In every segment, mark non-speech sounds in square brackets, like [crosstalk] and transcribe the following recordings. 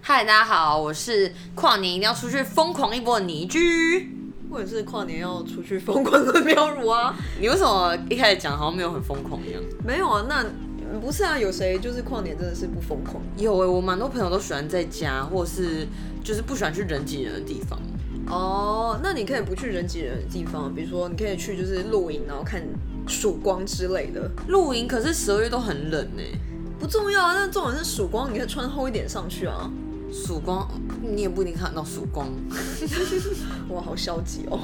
嗨，大家好，我是跨年一定要出去疯狂一波的倪居。或者是跨年要出去疯狂的喵乳啊？你为什么一开始讲好像没有很疯狂一样？没有啊，那嗯不是啊，有谁就是跨年真的是不疯狂？有诶、我蛮多朋友都喜欢在家，或是就是不喜欢去人挤人的地方。哦，那你可以不去人挤人的地方，比如说你可以去就是露营，然后看曙光之类的，露营可是十二月都很冷诶、不重要啊。那重点是曙光，你可以穿厚一点上去啊。曙光你也不一定看得到曙光。哇，好消极哦。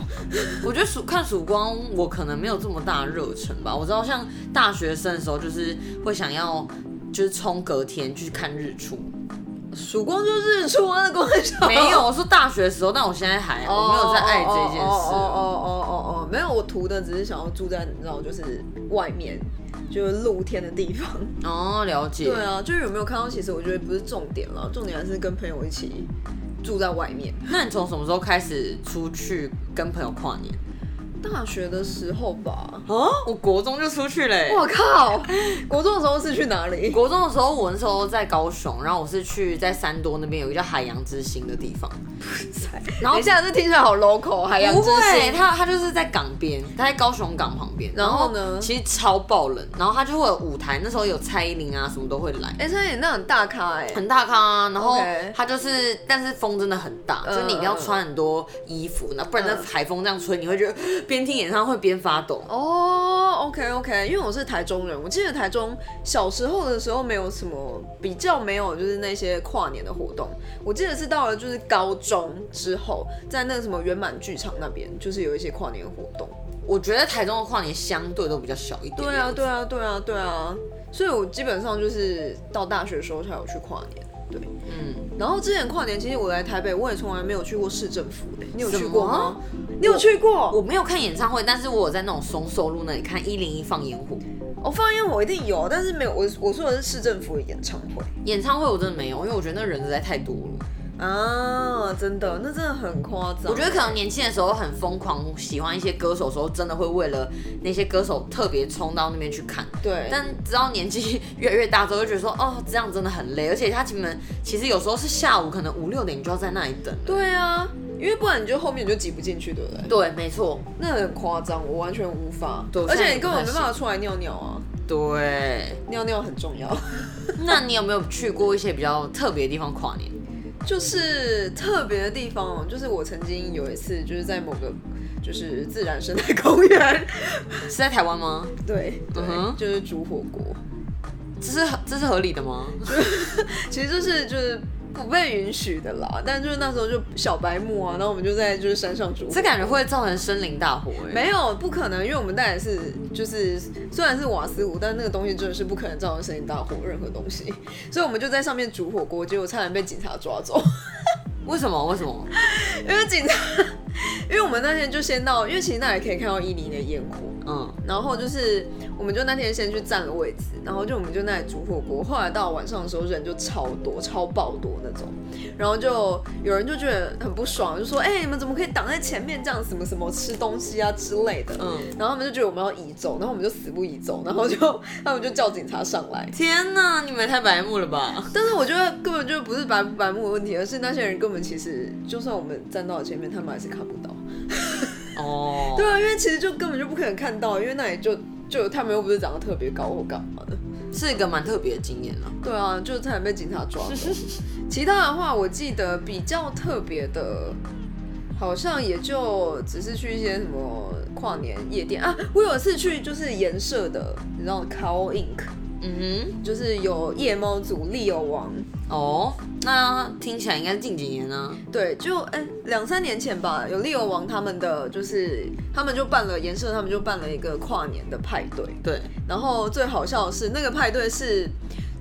我觉得曙看曙光，我可能没有这么大热忱吧。我知道像大学生的时候，就是会想要就是冲隔天去看日出。曙光就是日出啊，那光很小。没有，我说大学的时候，但我现在还哦，我没有在爱这件事。哦哦哦哦哦哦，没有，我图的只是想要住在你知道，就是外面，就是露天的地方。哦，了解。对啊，就是有没有看到？其实我觉得不是重点了，重点还是跟朋友一起住在外面。那你从什么时候开始出去跟朋友跨年？大学的时候吧，哦，我国中就出去嘞、我靠， [laughs] 国中的时候是去哪里？国中的时候，我那时候在高雄，然后我是去在三多那边有一个叫海洋之星的地方。然后现在是听起来好 local，海洋不之会，心。它它就是在港边，它在高雄港旁边。然后呢其实超爆冷，然后它就会有舞台，那时候有蔡依林啊，什么都会来。哎，所以你那很大咖哎、很大咖、啊，然后 OK 它就是但是风真的很大，嗯所以你一定要穿很多衣服，那不然那嗯海风这样吹，你会觉得呃边听演唱会边发抖。哦、o k OK，因为我是台中人，我记得台中小时候的时候没有什么比较，没有就是那些跨年的活动。我记得是到了就是高中之后，在那个什么圆满剧场那边，就是有一些跨年活动。我觉得台中的跨年相对都比较小一点。对啊，对啊，对啊，对啊。所以我基本上就是到大学的时候才有去跨年。对，嗯，然后之前跨年，其实我来台北，我也从来没有去过市政府、欸。你有去过什吗么？你有去过？我没有看演唱会，但是我有在那种松寿路那里看一零一放烟火。我放烟我一定有，但是没有。我我说的是市政府的演唱会演唱会我真的没有，因为我觉得那人实在太多了。啊，真的，那真的很夸张。我觉得可能年轻的时候很疯狂，喜欢一些歌手的时候，真的会为了那些歌手特别冲到那边去看。对，但直到年纪越来越大之后，就觉得说，哦，这样真的很累，而且他们其实有时候是下午可能五六点你就要在那里等了。对啊，因为不然你就后面你就挤不进去，对不对？对，没错，那很夸张，我完全无法。对而且现你在也不根太本没办法出来尿尿啊，对。尿尿很重要。那你有没有去过一些比较特别的地方跨年？就是特别的地方哦，就是我曾经有一次就是在某个就是自然生态公园，是在台湾吗？对对嗯哼就是煮火锅，这是合这是合理的吗？其实就是就是不被允许的啦，但就是那时候就小白目啊，然后我们就在就是山上煮火锅，这感觉会造成森林大火、欸。没有不可能，因为我们带的是就是虽然是瓦斯炉，但那个东西真的是不可能造成森林大火任何东西，所以我们就在上面煮火锅，结果差点被警察抓走。 [laughs] 为什么？为什么？因为警察，因为我们那天就先到，因为其实那里可以看到伊犁的烟火，嗯，然后就是我们就那天先去占了位置，然后就我们就那里煮火锅，后来到晚上的时候人就超多，超爆多那种，然后就有人就觉得很不爽，就说：“哎、你们怎么可以挡在前面这样什么什么吃东西啊之类的？” [laughs] 嗯然后他们就觉得我们要移走，然后我们就死不移走，然后就他们就叫警察上来。天哪，你们也太白目了吧！但是我觉得根本就不是白不白目的问题，而是那些人根本其实就算我们站到了前面，他们还是看不到。哦，对啊，因为其实就根本就不可能看到，因为那里就就他们又不是长得特别高或干嘛的。是一个蛮特别的经验了。对啊，就差点被警察抓走。其他的话，我记得比较特别的，好像也就只是去一些什么跨年夜店啊。我有一次去就是颜社的，你知道 Cow Ink，嗯就是有夜猫组利友王。哼，哦，那听起来应该是近几年啊呢、对，就哎两、三年前吧，有利友王他们的，就是他们就办了颜社，他们就办了一个跨年的派对。对，然后最好笑的是，那个派对是，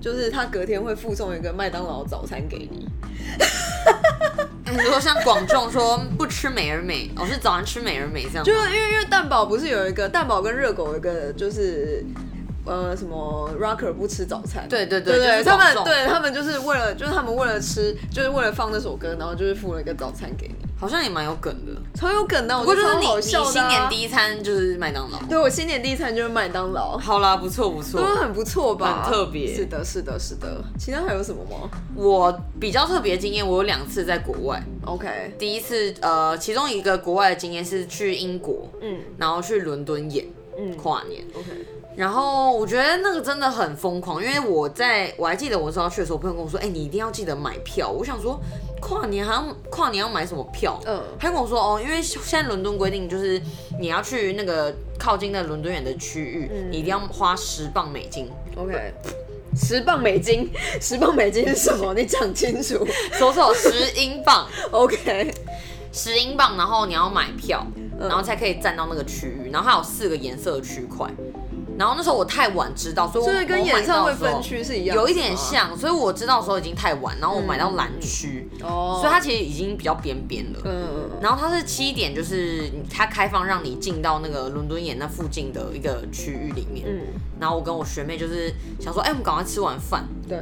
就是他隔天会附送一个麦当劳早餐给你。如果像广众说不吃美而美，我、哦、是早上吃美而美这样就吗。是因为因为蛋堡不是有一个蛋堡跟热狗有一个就是。呃，什么 rocker 不吃早餐？对对对对就是他广们众对他们就是为了，就是他们为了吃，就是为了放那首歌，然后就是付了一个早餐给你。好像也蛮有梗的。超有梗的，不我过觉就得是超你好你笑的、新啊。年第一餐就是麦当劳，对我新年第一餐就是麦当劳，好啦，不错不错都。很不错吧？很特别是的，是的，是的。其他还有什么吗我比较特别的经验，我有两次在国外。 ？OK，第一次，呃，其中一个国外的经验是去英国，嗯然后去伦敦演嗯跨年。 ，OK，然后我觉得那个真的很疯狂，因为我在我还记得我那时候要去的时候，我朋友跟我说：“哎、你一定要记得买票。”我想说，跨年好像跨年要买什么票？嗯他就跟我说：“哦，因为现在伦敦规定就是你要去那个靠近的伦敦眼的区域，嗯你一定要花十磅美金， ，OK。十磅美金，十磅美金是什么？你讲清楚。手手十英镑， OK，十英镑，然后你要买票，嗯然后才可以站到那个区域，然后它有四个颜色的区块。”然后那时候我太晚知道，所以我就是跟我买演唱到会的时候分区是一样的，，Oh 有一点是吗像，所以我知道的时候已经太晚，然后我买到蓝区，哦。所以它其实已经比较边边了。嗯，然后它是七点，就是它开放让你进到那个伦敦眼那附近的一个区域里面。嗯，然后我跟我学妹就是想说，哎、我们赶快吃完饭，对，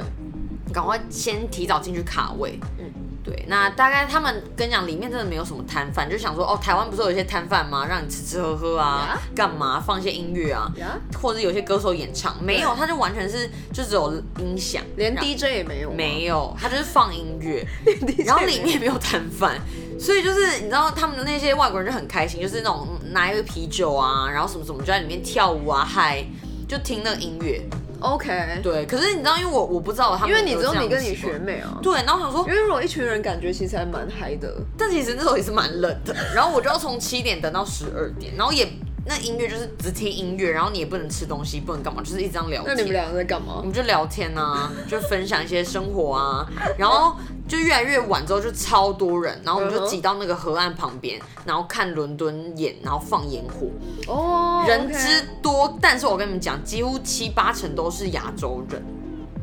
赶快先提早进去卡位。嗯对，那大概他们跟你讲，里面真的没有什么摊贩，就想说，哦，台湾不是有一些摊贩吗？让你吃吃喝喝啊，干嘛放一些音乐啊，呀，或者有些歌手演唱，没有，对他就完全是就只有音响，连然后 DJ 也没有吗， [laughs] 没有，他就是放音乐， DJ 然后也里面没有摊贩，所以就是你知道他们那些外国人就很开心，就是那种嗯拿一个啤酒啊，然后什么什么就在里面跳舞啊嗨，就听那个音乐。 OK，对，可是你知道，因为我我不知道他们因为你有只没有有这样你的跟你习惯学妹啊，对，然后我想说因，为如果一群人，感觉其实还蛮嗨的。但其实那时候也是蛮冷的，然后我就要从七点等到十二点，然后也那音乐就是只听音乐，然后你也不能吃东西，不能干嘛，就是一直这样聊那天。你们两个在干我嘛？们就聊天啊，就分享一些生活啊，然后就越来越晚之后就超多人，然后我嗯们就挤到那个河岸旁边，然后看伦敦演，然后放烟火，哦，人之多。但是我跟你们讲，几乎七八成都是亚洲人。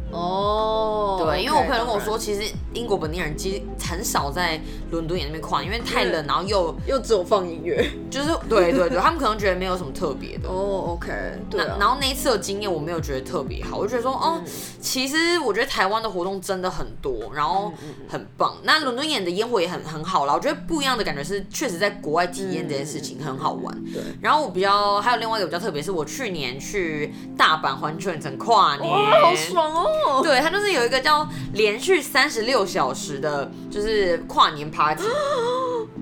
哦，对，因为我朋友跟我说，当其实英国本地人其实很少在伦敦眼那边跨年，因为太冷，然后又然，又只有放音乐。 [laughs] 就是对对对，他们可能觉得没有什么特别的。哦，OK，对那啊，嗯然后那一次的经验，我没有觉得特别好，我就觉得说，哦，其实我觉得台湾的活动真的很多，然后嗯很棒。那伦敦眼的烟火也很很好啦，我觉得不一样的感觉是，确实在国外体验这件事嗯情很好玩。对，然后我比较还有另外一个比较特别，是我去年去大阪环球影城跨年，哇，好爽哦！对，它就是有一个叫连续三十六小时的，就是跨年 party。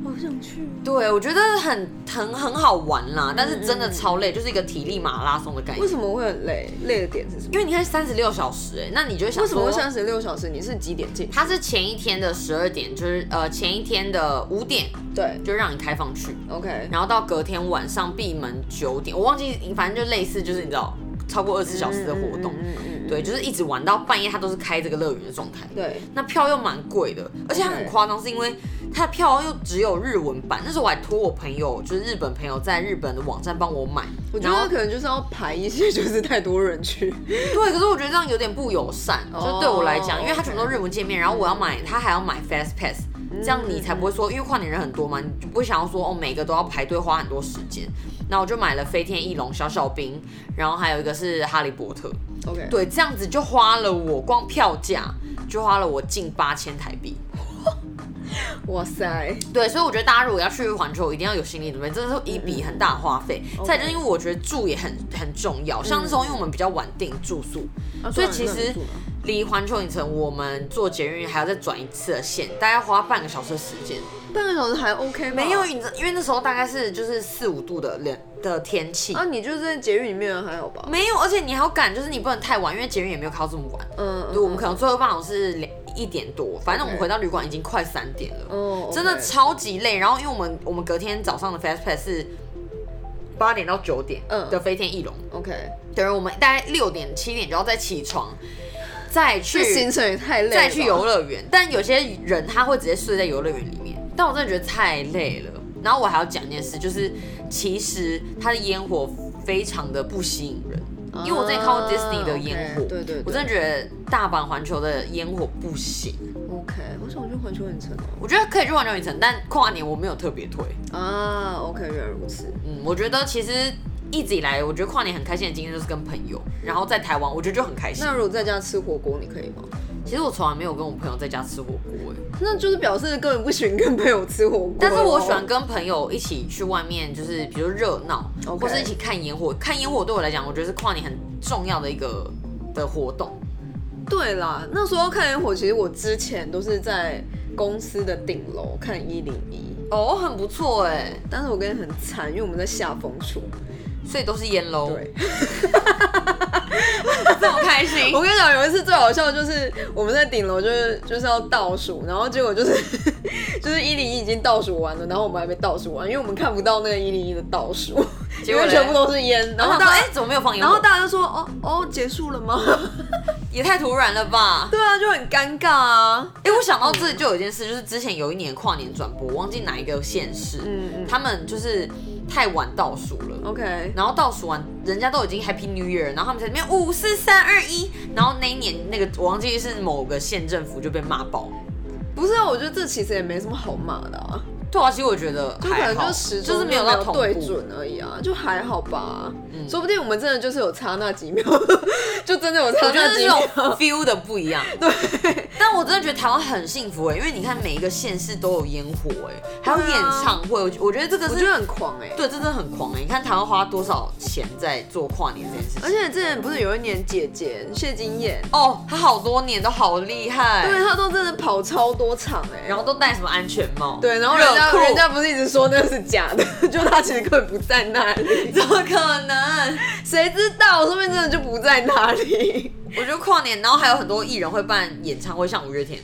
好想去。对，我觉得很很很好玩啦，但是真的超累，就是一个体力马拉松的感觉嗯为。什么会很累？累的点是什么？因为你看三十六小时、哎，那你就会想为什么会说三十六小时？你是几点进？它是前一天的十二点，就是呃前一天的五点对就让你开放去， ，OK，然后到隔天晚上闭门九点，我忘记，反正就类似就是你知道超过二十小时的活动，嗯嗯嗯对，就是一直玩到半夜，它都是开这个乐园的状态。对，那票又蛮贵的，而且它很 OK 夸张，是因为它的票又只有日文版。那时候我还托我朋友，就是日本朋友在日本的网站帮我买，我觉然得后可能就是要排一些，就是太多人 [laughs] 去。对，可是我觉得这样有点不友善，就哦对我来讲，因为它 OK 全部都日文界面，然后我要买，他还要买 Fast Pass，这嗯样你才不会说，因为跨年人很多嘛，你就不会想要说哦每个都要排队花很多时间。那我就买了飞天翼龙、小小兵，然后还有一个是哈利波特， OK，对，这样子就花了我光票价就花了我近八千台币。哇塞，对，所以我觉得大家如果要去环球，一定要有心理准备，这是一笔很大的花费。嗯 OK 再就是因为我觉得住也很很重要，像那时候因为我们比较晚订住宿，啊所以对啊其那很实住哪离环球影城我们坐捷运还要再转一次的线，大概花半个小时的时间。半个小时还 OK 吧没有，你知因为那时候大概是就是四五度的冷的天气。啊，你就是在捷运里面还好吧？没有，而且你还要赶，就是你不能太晚，因为捷运也没有开到这么晚。嗯，对，我们可能最后半小时是两一点多，反正我们 OK 回到旅馆已经快三点了。哦，真的超级累。然后因为我们我们隔天早上的 fast pass 是八点到九点嗯的飞天翼龙， OK，等于我们大概六点七点就要再起床，再这行去程也太累了吧，再去游乐园。但有些人他会直接睡在游乐园里面，但我真的觉得太累了。然后我还要讲一件事，就是其实它的烟火非常的不吸引人。因为我之前看过啊 Disney 的烟火 OK，对对对我真的觉得大阪环球的烟火不行。 OK，我想去环球影城哦。我觉得可以去环球影城，但跨年我没有特别推。啊，OK，原来如此。嗯，我觉得其实一直以来，我觉得跨年很开心的经验就是跟朋友，然后在台湾，我觉得就很开心那。如果在家吃火锅，你可以吗？其实我从来没有跟我朋友在家吃火锅、欸，那就是表示根本不喜欢跟朋友吃火锅。哦但是我喜欢跟朋友一起去外面，就是比如热闹 OK 或是一起看烟火。看烟火对我来讲，我觉得是跨年很重要的一个的活动。对啦，那时候看烟火，其实我之前都是在公司的顶楼看一零一，哦，很不错哎、但是我跟你很惨，因为我们在下风处。所以都是烟喽，对，这么开心 [laughs] 我跟你讲，有一次最好笑的就是我们在顶楼，就是就是要倒数，然后结果就是 [laughs] 就是一零一已经倒数完了，然后我们还没倒数完，因为我们看不到那个一零一的倒数， [laughs] 结因果为嘞全部都是烟，[laughs] 然然后后到大哎、家。怎么没有放烟然火？后大家就说：“哦哦，结束 [laughs] 了吗也太突然了 [laughs] 吧？”？对啊，就很尴尬啊。哎、我想到这就有一件事，就是之前有一年跨年转播，忘记哪一个县市，嗯嗯他们就是太晚倒数了。 ，OK，然后倒数完，人家都已经 Happy New Year，然后他们在那边五四三二一，然后那一年那个我忘记是某个县政府就被骂爆。不是啊，我觉得这其实也没什么好骂的啊，对啊，其实我觉得就可还能好，就始终就是没没有到同步嗯对。准而已啊，就还好吧。说不定我们真的就是有差那几秒， [laughs] 就真的有差我觉得那是几这秒 [laughs] 种。feel 的不一样，对。但我真的觉得台湾很幸福哎、因为你看每一个县市都有烟火哎、还有对啊演唱会，我我觉得这个我是觉得很狂哎、对，这真的很狂哎、你看台湾花多少钱在做跨年这件事情，而且之前不是有一年姐姐谢金燕，哦，他好多年都好厉害，对，她都真的跑超多场哎、然后都戴什么安全帽，对，然后人热家裤人家不是一直说那是假的， [laughs] 就她其实根本不在那里，怎么可能？谁知道说不定真的就不在那里。我觉得跨年，然后还有很多艺人会办演唱会，像五月天，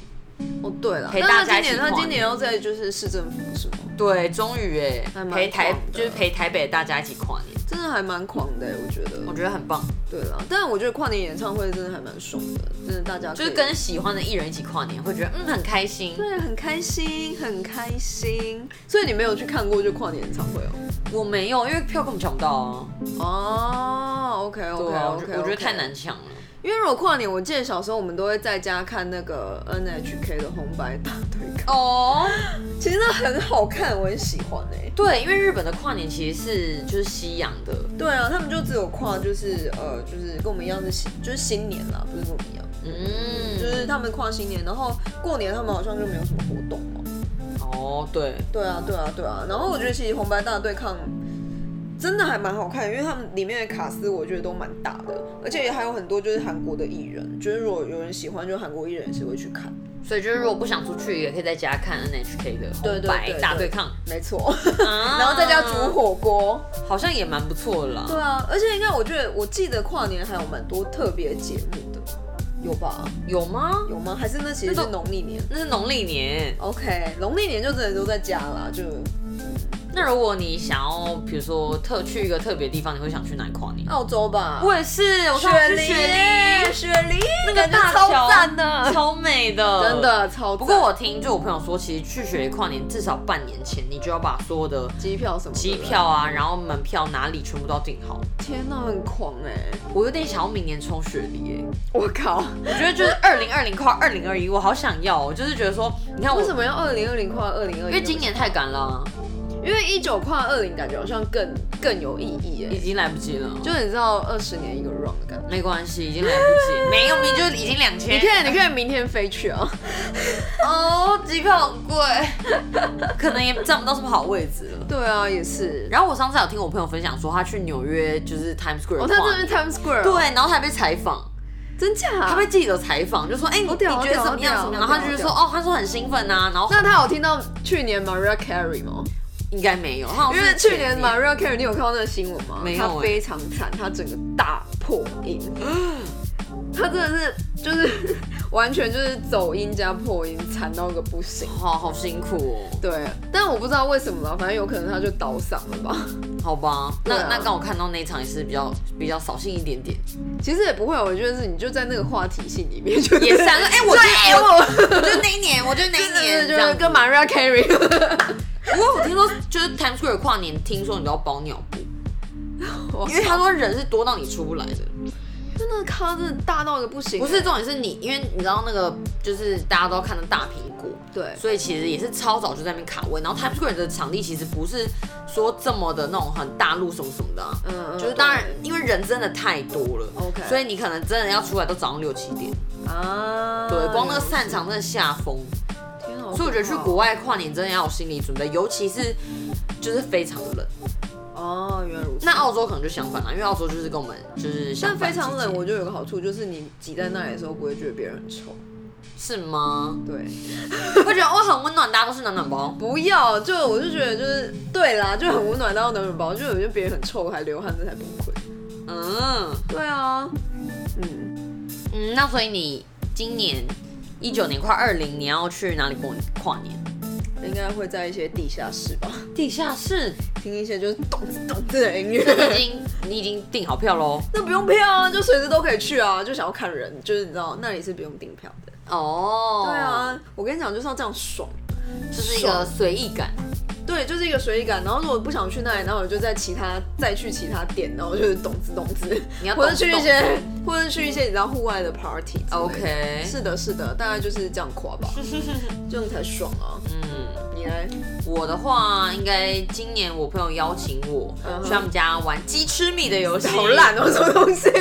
哦，对了，陪但大她家今一起年她跨今年要在就是市政府是吗？对，终于哎还，蛮陪台棒的就是陪台北大家一起跨年，真的还蛮狂的、欸，我觉得。我觉得很棒，对啦，但我觉得跨年演唱会真的还蛮爽的，真的大家就是可以跟喜欢的艺人一起跨年，会觉得嗯很开心。对很开心，很开心。所以你没有去看过就跨年演唱会哦？我没有，因为票根本抢不到啊，哦，OK OK 对啊，我觉 OK，得我觉得太。难抢了。因为如果跨年，我记得小时候我们都会在家看那个 NHK 的红白大对抗，哦，其实那很好看，我很喜欢哎、对，因为日本的跨年其实是就是西洋的，对啊，他们就只有跨，就是呃，就是跟我们一样是新，就是新年啦，不是跟我们一样，就嗯，是他们跨新年，然后过年他们好像就没有什么活动哦、哦，对，对啊，对啊，对啊。然后我觉得其实红白大对抗真的还蛮好看，因为他们里面的卡司我觉得都蛮大的，而且还有很多就是韩国的艺人，就是如果有人喜欢，就韩国艺人也是会去看。所以就是如果不想出去，也可以在家看 NHK 的对红对白对大对对抗，[laughs] 没错，然 [laughs] 然啊后在家煮火锅。好像也蛮不错的啦。对啊，而且应该我觉得我记得跨年还有蛮多特别节目的，有吧？有吗？有吗？还是那其实那是种农历年那是农历年。 ？OK，农历年就真的都在家啦，就那如果你想要，比如说特去一个特别地方，你会想去哪里跨年？澳洲吧。我也是，我雪上次去梨，雪梨，雪梨，那个感觉大超桥赞的，超美的，真。的超赞。不过我听就我朋友说，其实去雪梨跨年至少半年前，你就要把所有的机票什么的机，票啊，然后门票哪里全部都要订好。天哪，很狂哎、我有点想要明年冲雪梨耶、我靠，我觉得 [laughs] 就是二零二零跨二零二一，我好想要、哦，我就是觉得说，你看我为什么要二零二零跨二零二？因为今年太赶了啊，因为一九跨二零，感觉好像更更有意义哎、已经来不及了。就你知道二十年一个 run 的感觉。没关系，已经来不及， [laughs] 没有，明就已经两千。你可以，你可以明天飞去啊！ [laughs] [laughs] 哦，机票很贵， [laughs] 可能也占不到什么好位置了。对啊，也是。然后我上次有听我朋友分享说，他去纽约就是 Times Square 跨哦，他这年边 Times Square，哦，对，然后他还被采访，真假？他被记者采访，就说，哎、你好你啊屌好觉得屌怎么样好怎么屌样？然后他就说，好屌哦，他说很兴奋啊，然后那他有听到去年 Mariah Carey 吗？应该没有，他好像因哦是为去年前 Mariah Carey，你有看到那个新闻吗？没有她欸非常惨，她整个大破音，她真的是就是 [laughs] 完全就是走音加破音，惨到一个不行。好好辛苦哦，对，但我不知道为什么啦，反正有可能她就倒嗓了吧。好吧，那、对啊那刚好看到那一场也是比较比较扫兴一点 [laughs] 点，其实也不会，我觉得是你就在那个话题性里面就也是啊，哎、我觉对，得我我我觉得那一年，我觉得那一真的年是这就样是子跟 [laughs] Mariah Carey，不过我听说，就是 Times Square 跨年，听说你都要包尿布，哇因为他说人是多到你出不来的。真的她真的大到一个不行。欸不是重点是你，因为你知道那个就是大家都看的大苹果，对，所以其实也是超早就在那边卡位。然后 Times Square 的场地其实不是说这么的那种很大路什么什么的、啊，嗯嗯就是当然因为人真的太多了 OK 所以你可能真的要出来都早上六七点。啊，对，光那个散场真的吓疯。天啊，所以我觉得去好可怕国外跨年真的要有心理准备，尤其是就是非常冷。哦，原来如此。那澳洲可能就相反了，因为澳洲就是跟我们就是相但反的季非节。常冷，我就有个好处就是你挤在那里的时候不会觉得别人很臭。是吗？ [laughs] 对，会觉得哇很温暖，大家都是暖暖包。不要就我就觉得就是对啦，就很温暖，然后暖暖包，就有些别人很臭还流汗，这才崩溃。嗯对啊，嗯，嗯，那所以你今年一九年快二零，你要去哪里过跨年？应该会在一些地下室吧，地下室，听一些就是咚子咚子的音乐。 [laughs] 已经你已经订好票喽。那不用票啊，就随时都可以去啊，就想要看人，就是你知道那里是不用订票的。哦，对，啊，我跟你讲就是要这样爽。就是一个随意感。对，就是一个随意感。然后如果不想去那里，然后我就在其他再去其他店，然后就是懂子懂子， [laughs] 你要或者懂去一懂些，或者去一些你知道户外的 party 之类的。 OK 是的，是的，大概就是这样跨 [laughs] 吧，这样才爽啊！嗯，你来，我的话应该今年我朋友邀请我嗯哼去他们家玩鸡吃米的游戏，好烂哦，什么东西？就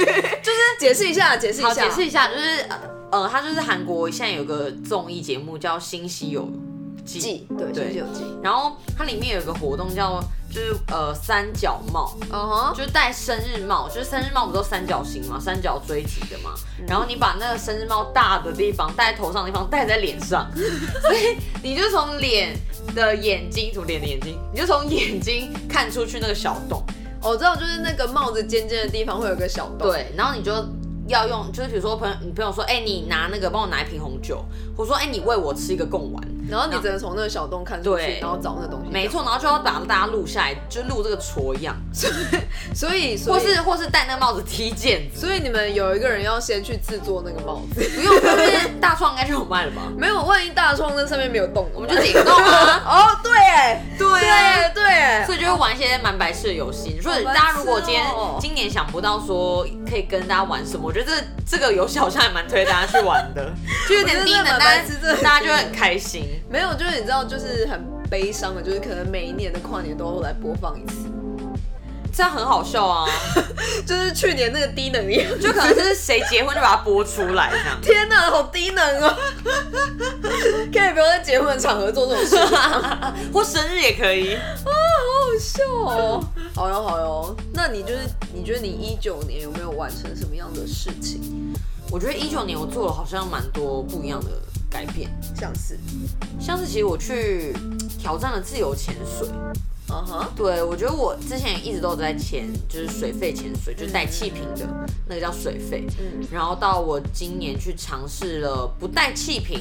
是解释一下，解释一好，下，解释一下，就是呃，它就是韩国现在有个综艺节目叫《新西游记》，记，对，对就是有记。然后它里面有一个活动叫就是呃三角帽，哦就是戴生日帽，就是生日帽不都三角形嘛，三角锥体的嘛。然后你把那个生日帽大的地方戴在头上的地方戴在脸上， [laughs] 所以你就从脸的眼睛，从脸的眼睛，你就从眼睛看出去那个小洞，我知道，就是那个帽子尖尖的地方会有个小洞。，对，然后你就要用，就是比如说朋友，你朋友说，哎、你拿那个帮我拿一瓶红酒，或者说，哎、你喂我吃一个贡丸，然后你只能从那个小洞看出去，对然后找那东西。没，错，然后就要把大家录下来，就录这个戳样，所以，所或以，是或是戴那个帽子踢毽子，所以你们有一个人要先去制作那个帽子。不用，因为大创应该就有卖了吧？没有，万一大创那上面没有洞，我我们就自己弄啊， [laughs] 哦，对哎，对啊对对，所以就会玩一些蛮白痴的游戏。所以好白痴哦大家如果今天今年想不到说可以跟大家玩什么，我觉得这这个游戏好像还蛮推大家去玩 [laughs] 的，就有点低能，我觉得这蛮但白是痴真的大家就会很开心。没有，就是你知道，就是很悲伤的，就是可能每一年的跨年都来播放一次，这样很好笑 [laughs] 啊！就是去年那个低能一样，就可能是谁结婚就把它播出来这样。[laughs] [laughs] 天哪，好低能哦！ [laughs] 可以不要在结婚的场合做这种事，好或生日也可以。好笑哦。好哟好哟，那你就是你觉得你一九年有没有完成什么样的事情？我觉得一九年我做了好像蛮多不一样的改变，像是，像是其实我去挑战了自由潜水。嗯哼，对，我觉得我之前一直都有在潜，就是水肺潜水，就是带气瓶的那个叫水肺。嗯然后到我今年去尝试了不带气瓶，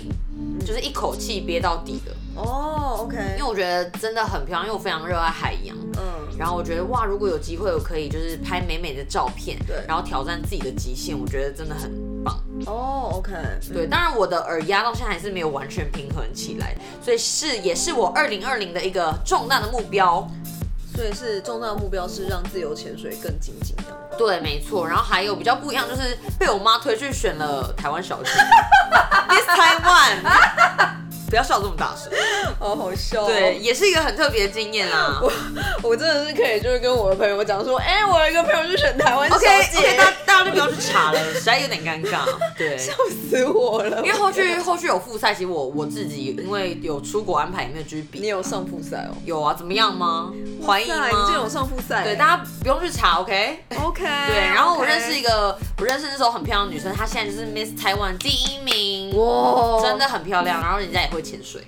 就是一口气憋到底的，哦，OK，因为我觉得真的很漂亮，因为我非常热爱海洋。嗯，然后我觉得哇，如果有机会，我可以就是拍美美的照片，对然后挑战自己的极限，我觉得真的很棒。哦，OK，对，当然我的耳压到现在还是没有完全平衡起来，所以是也是我二零二零的一个重大的目标。所以是重大的目标是让自由潜水更精进的。对，没错。嗯然后还有比较不一样，就是被我妈推去选了台湾 [laughs] 小姐，Miss Taiwan。不要笑这么大声，好好笑、哦。对，，也是一个很特别的经验啦。我真的是可以，就是跟我的朋友讲说，哎、我有一个朋友就选台湾小 OK 姐 OK，大大家就不要去查了，实在有点尴尬。 [laughs] 对，笑死我了。因为后续后续有复赛，其实我我自己因为有出国安排，也没有去你比。有上复赛哦，有啊，怎么样吗？怀疑哇吗塞？你这种上哎复赛，欸对，大家不用去查，OK？家 OK。对，然后我认识一个个，我认识那时候很漂亮的女生，她现在就是 Miss Taiwan 第一名，哇，真的很漂亮，然后人家也会潜水，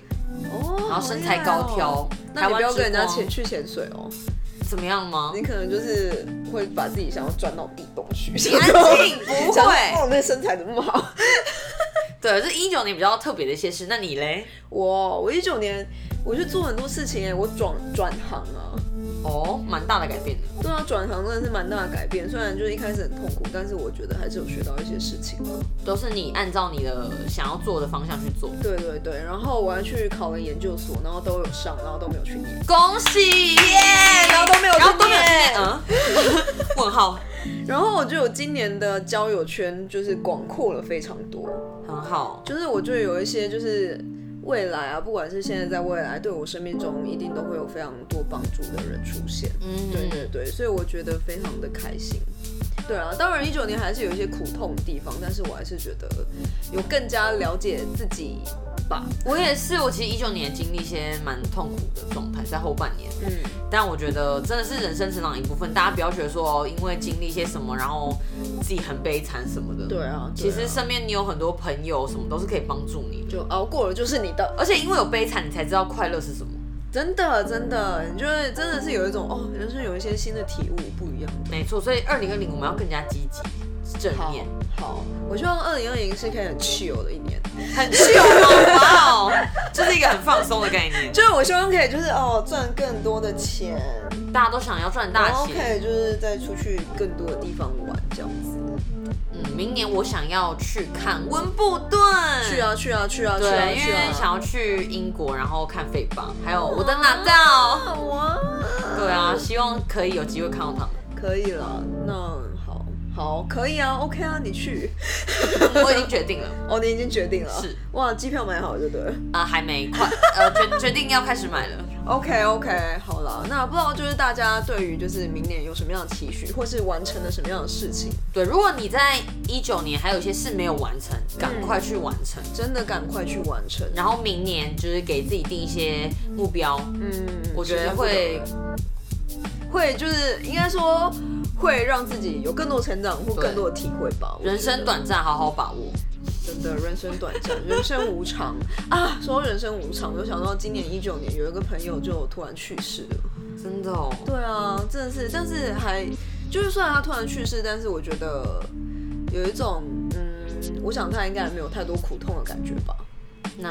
哦，然后身材高挑好厉害哦。那你不要跟人家潜台湾去潜水哦，怎么样吗？你可能就是会把自己想要钻到地洞去。你安静，不想说会。哦，那身材怎么那么好？对，这一九年比较特别的一些事，那你嘞？我我一九年我去做很多事情哎、我转转行啊。哦，蛮大的改变的。对啊，转行真的是蛮大的改变，虽然就是一开始很痛苦，但是我觉得还是有学到一些事情啊的。都是你按照你的想要做的方向去做。对对对，然后我还去考了研究所，然后都有上，然后都没有去念。恭喜耶！然后都没有然后去都没有去念念。嗯， [laughs] 问号，然后我觉得我今年的交友圈就是广阔了非常多，很好。就是我觉得有一些就是未来啊，不管是现在在未来，对我生命中一定都会有非常多帮助的人出现。嗯，对对对，所以我觉得非常的开心。对啊，当然一九年还是有一些苦痛的地方，但是我还是觉得有更加了解自己吧。我也是，我其实一九年经历一些蛮痛苦的状态，在后半年。嗯，但我觉得真的是人生成长的一部分，大家不要觉得说哦因为经历一些什么，然后自己很悲惨什么的。对啊，其实对啊身边你有很多朋友，什么都是可以帮助你的。就熬过了就是你的，而且因为有悲惨，你才知道快乐是什么。真的真的，你就会真的是有一种哦，人生有一些新的体悟，不一样的。没错，所以二零二零我们要更加积极、正好面，，好，我希望二零二零是可以很 chill 的一年， [laughs] 很秀吗？哇哦， [laughs] 就是一个很放松的概念。就是我希望可以就是哦赚更多的钱，大家都想要赚然大后可钱。以就是再出去更多的地方玩这样子。嗯，明年我想要去看温布顿。去啊去啊去啊去啊对，因去为啊！想要去英国，然后看费邦，还有我的拿到。啊哇，对啊，希望可以有机会看到他们。可以了，那好好可以啊，OK 啊，你去 [laughs] 我已经决定了，哦，你已经决定了，是哇，机票买好就对了。呃，还没快，呃，决决定要开始买了。 OK OK，好了，那不知道就是大家对于就是明年有什么样的期许，或是完成了什么样的事情，对，如果你在一九年还有一些事没有完成，赶快去完成。真的赶快去完成。然后明年就是给自己定一些目标，嗯，我觉时得间不会等人会就是应该说会让自己有更多成长或对更多的体会吧。我人觉生得短暂，好好把握。真的人生短暂，人生无常啊！说到人生无常，就想到今年一九年有一个朋友就突然去世了。真的哦，对啊，真的是，但是还就是虽然他突然去世，但是我觉得有一种嗯，我想他应该没有太多苦痛的感觉吧。那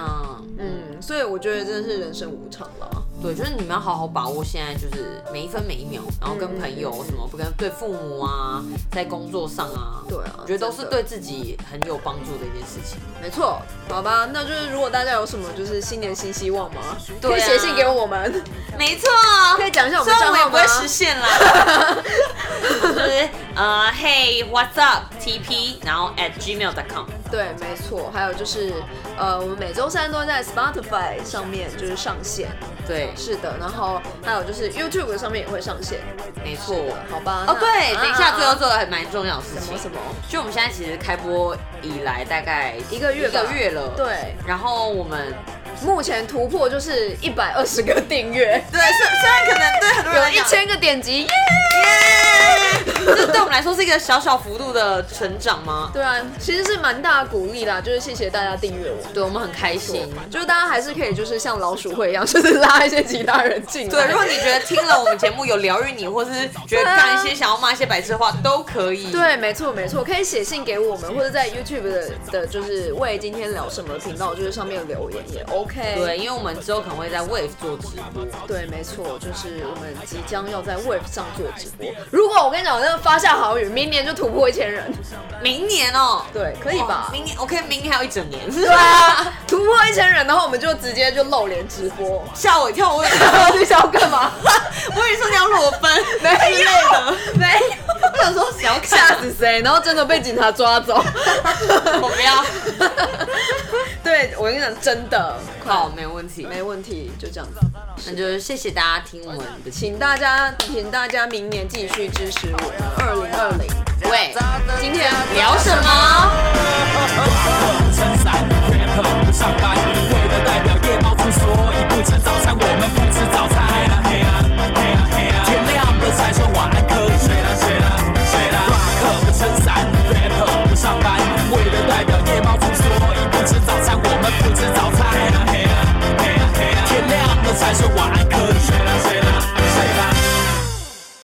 嗯，所以我觉得真的是人生无常了。对，就是你们要好好把握现在，就是每一分每一秒，然后跟朋友什么，不跟对父母啊，在工作上啊，对啊我觉得都是真的对自己很有帮助的一件事情。没错，好吧，那就是如果大家有什么就是新年新希望嘛，对啊可以写信给我们，没错， [laughs] 可以讲一下我虽们然账我也号不吗会？实现啦， [laughs] 就是呃，Hey，what's up，TP，然后 at gmail.com。对，没错，还有就是呃，我们每周三都在 Spotify 上面就是上线，对，是的，然后还有就是 YouTube 上面也会上线，没错。好吧？哦，那对，等一下，最后啊做了还蛮重要嗯的事什情么，什么，就我们现在其实开播以来大概一个月一吧个月了，。对，然后我们目前突破就是一百二十个订阅，对，虽虽然可 [laughs] 能对啊很多有人一一千，千个点击，耶！这 [laughs] 对我们来说是一个小小幅度的成长吗？对啊，其实是蛮大的鼓励啦，就是谢谢大家订阅我。对，我们很开心。就是大家还是可以，就是像老鼠会一样，就是拉一些其他人进来。对，如果你觉得听了我们节目有疗愈你，或是觉得干一些想要骂一些白痴话，都可以。对，没错没错，可以写信给我们，或者在 YouTube 的的，就是为今天聊什么频道，就是上面留言也 OK。对，因为我们之后可能会在 Wave 做直播。对，没错，就是我们即将要在 Web 上做直播。如果我跟你讲，我那个发下好语，明年就突破一千人，明年哦、对，可以哇吧？明年 OK，明年还有一整年。对啊，突破一千人，然后我们就直接就露脸直 [laughs] 播。吓我一跳，我以为你想要干嘛？我以为说你要裸奔之 [laughs] 没有类的，没有，我想说想要吓看，死谁？然后真的被警察抓走。我不要。对，我跟你讲，真的好，没问题。没问题，就这样子。那就谢谢大家听我们的请大家，请大家明年继续支持我们二零二零。喂，今天聊什么？